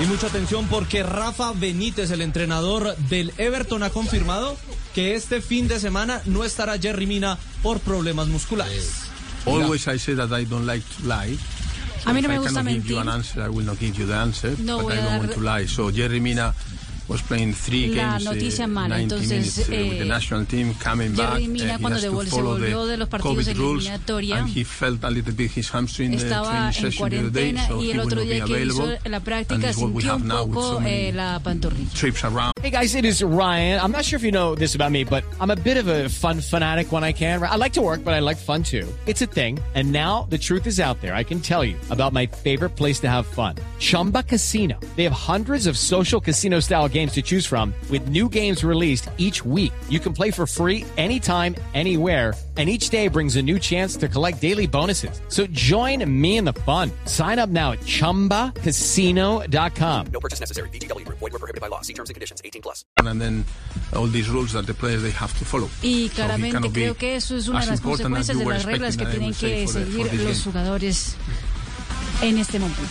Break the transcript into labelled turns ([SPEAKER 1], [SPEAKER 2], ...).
[SPEAKER 1] Y mucha atención porque Rafa Benítez, el entrenador del Everton, ha confirmado que este fin de semana no estará Jerry Mina por problemas musculares.
[SPEAKER 2] Always I say that I don't like to lie. So
[SPEAKER 3] A mí no
[SPEAKER 2] if
[SPEAKER 3] me
[SPEAKER 2] I
[SPEAKER 3] gusta
[SPEAKER 2] cannot give you an
[SPEAKER 3] mentir.
[SPEAKER 2] answer, I will not give you the answer.
[SPEAKER 3] No
[SPEAKER 2] but
[SPEAKER 3] voy
[SPEAKER 2] I
[SPEAKER 3] a
[SPEAKER 2] don't
[SPEAKER 3] dar-
[SPEAKER 2] want to lie. So Jerry Mina was playing three
[SPEAKER 3] La
[SPEAKER 2] games,
[SPEAKER 3] noticia
[SPEAKER 2] eh,
[SPEAKER 3] mala.
[SPEAKER 2] 90
[SPEAKER 3] Entonces,
[SPEAKER 2] minutes, eh, with the
[SPEAKER 3] eh,
[SPEAKER 2] national team coming back.
[SPEAKER 3] Jerry Mina
[SPEAKER 2] eh, he
[SPEAKER 3] cuando
[SPEAKER 2] has to
[SPEAKER 3] devol- se
[SPEAKER 2] follow the
[SPEAKER 3] volvió de los partidos
[SPEAKER 2] COVID rules,
[SPEAKER 3] eliminatoria,
[SPEAKER 2] and he felt a little bit his hamstring eh,
[SPEAKER 3] Estaba
[SPEAKER 2] training
[SPEAKER 3] en
[SPEAKER 2] session the other day,
[SPEAKER 3] cuarentena
[SPEAKER 2] so
[SPEAKER 3] y
[SPEAKER 2] he
[SPEAKER 3] el
[SPEAKER 2] will
[SPEAKER 3] otro
[SPEAKER 2] not be
[SPEAKER 3] día que hizo
[SPEAKER 2] available.
[SPEAKER 3] la
[SPEAKER 2] and
[SPEAKER 3] práctica
[SPEAKER 2] is what we
[SPEAKER 3] sintió
[SPEAKER 2] have
[SPEAKER 3] un
[SPEAKER 2] now with so
[SPEAKER 3] poco
[SPEAKER 2] many
[SPEAKER 3] eh, la pantorrilla.
[SPEAKER 2] trips around.
[SPEAKER 4] Hey guys, it is Ryan. I'm not sure if you know this about me, but I'm a bit of a fun fanatic when I can. I like to work, but I like fun too. It's a thing. And now the truth is out there. I can tell you about my favorite place to have fun Chumba Casino. They have hundreds of social casino style games to choose from, with new games released each week. You can play for free anytime, anywhere. And each day brings a new chance to collect daily bonuses. So join me in the fun. Sign up now at chumbacasino.com.
[SPEAKER 2] and then all these rules that the players they have to follow. So he
[SPEAKER 3] Y claramente
[SPEAKER 2] cannot be
[SPEAKER 3] creo que eso es una
[SPEAKER 2] as
[SPEAKER 3] de las
[SPEAKER 2] important as
[SPEAKER 3] consecuencias
[SPEAKER 2] you
[SPEAKER 3] de
[SPEAKER 2] were
[SPEAKER 3] las reglas que
[SPEAKER 2] expecting, I
[SPEAKER 3] tienen
[SPEAKER 2] would say,
[SPEAKER 3] que
[SPEAKER 2] for the- for
[SPEAKER 3] seguir
[SPEAKER 2] this
[SPEAKER 3] los
[SPEAKER 2] game.
[SPEAKER 3] jugadores en este momento.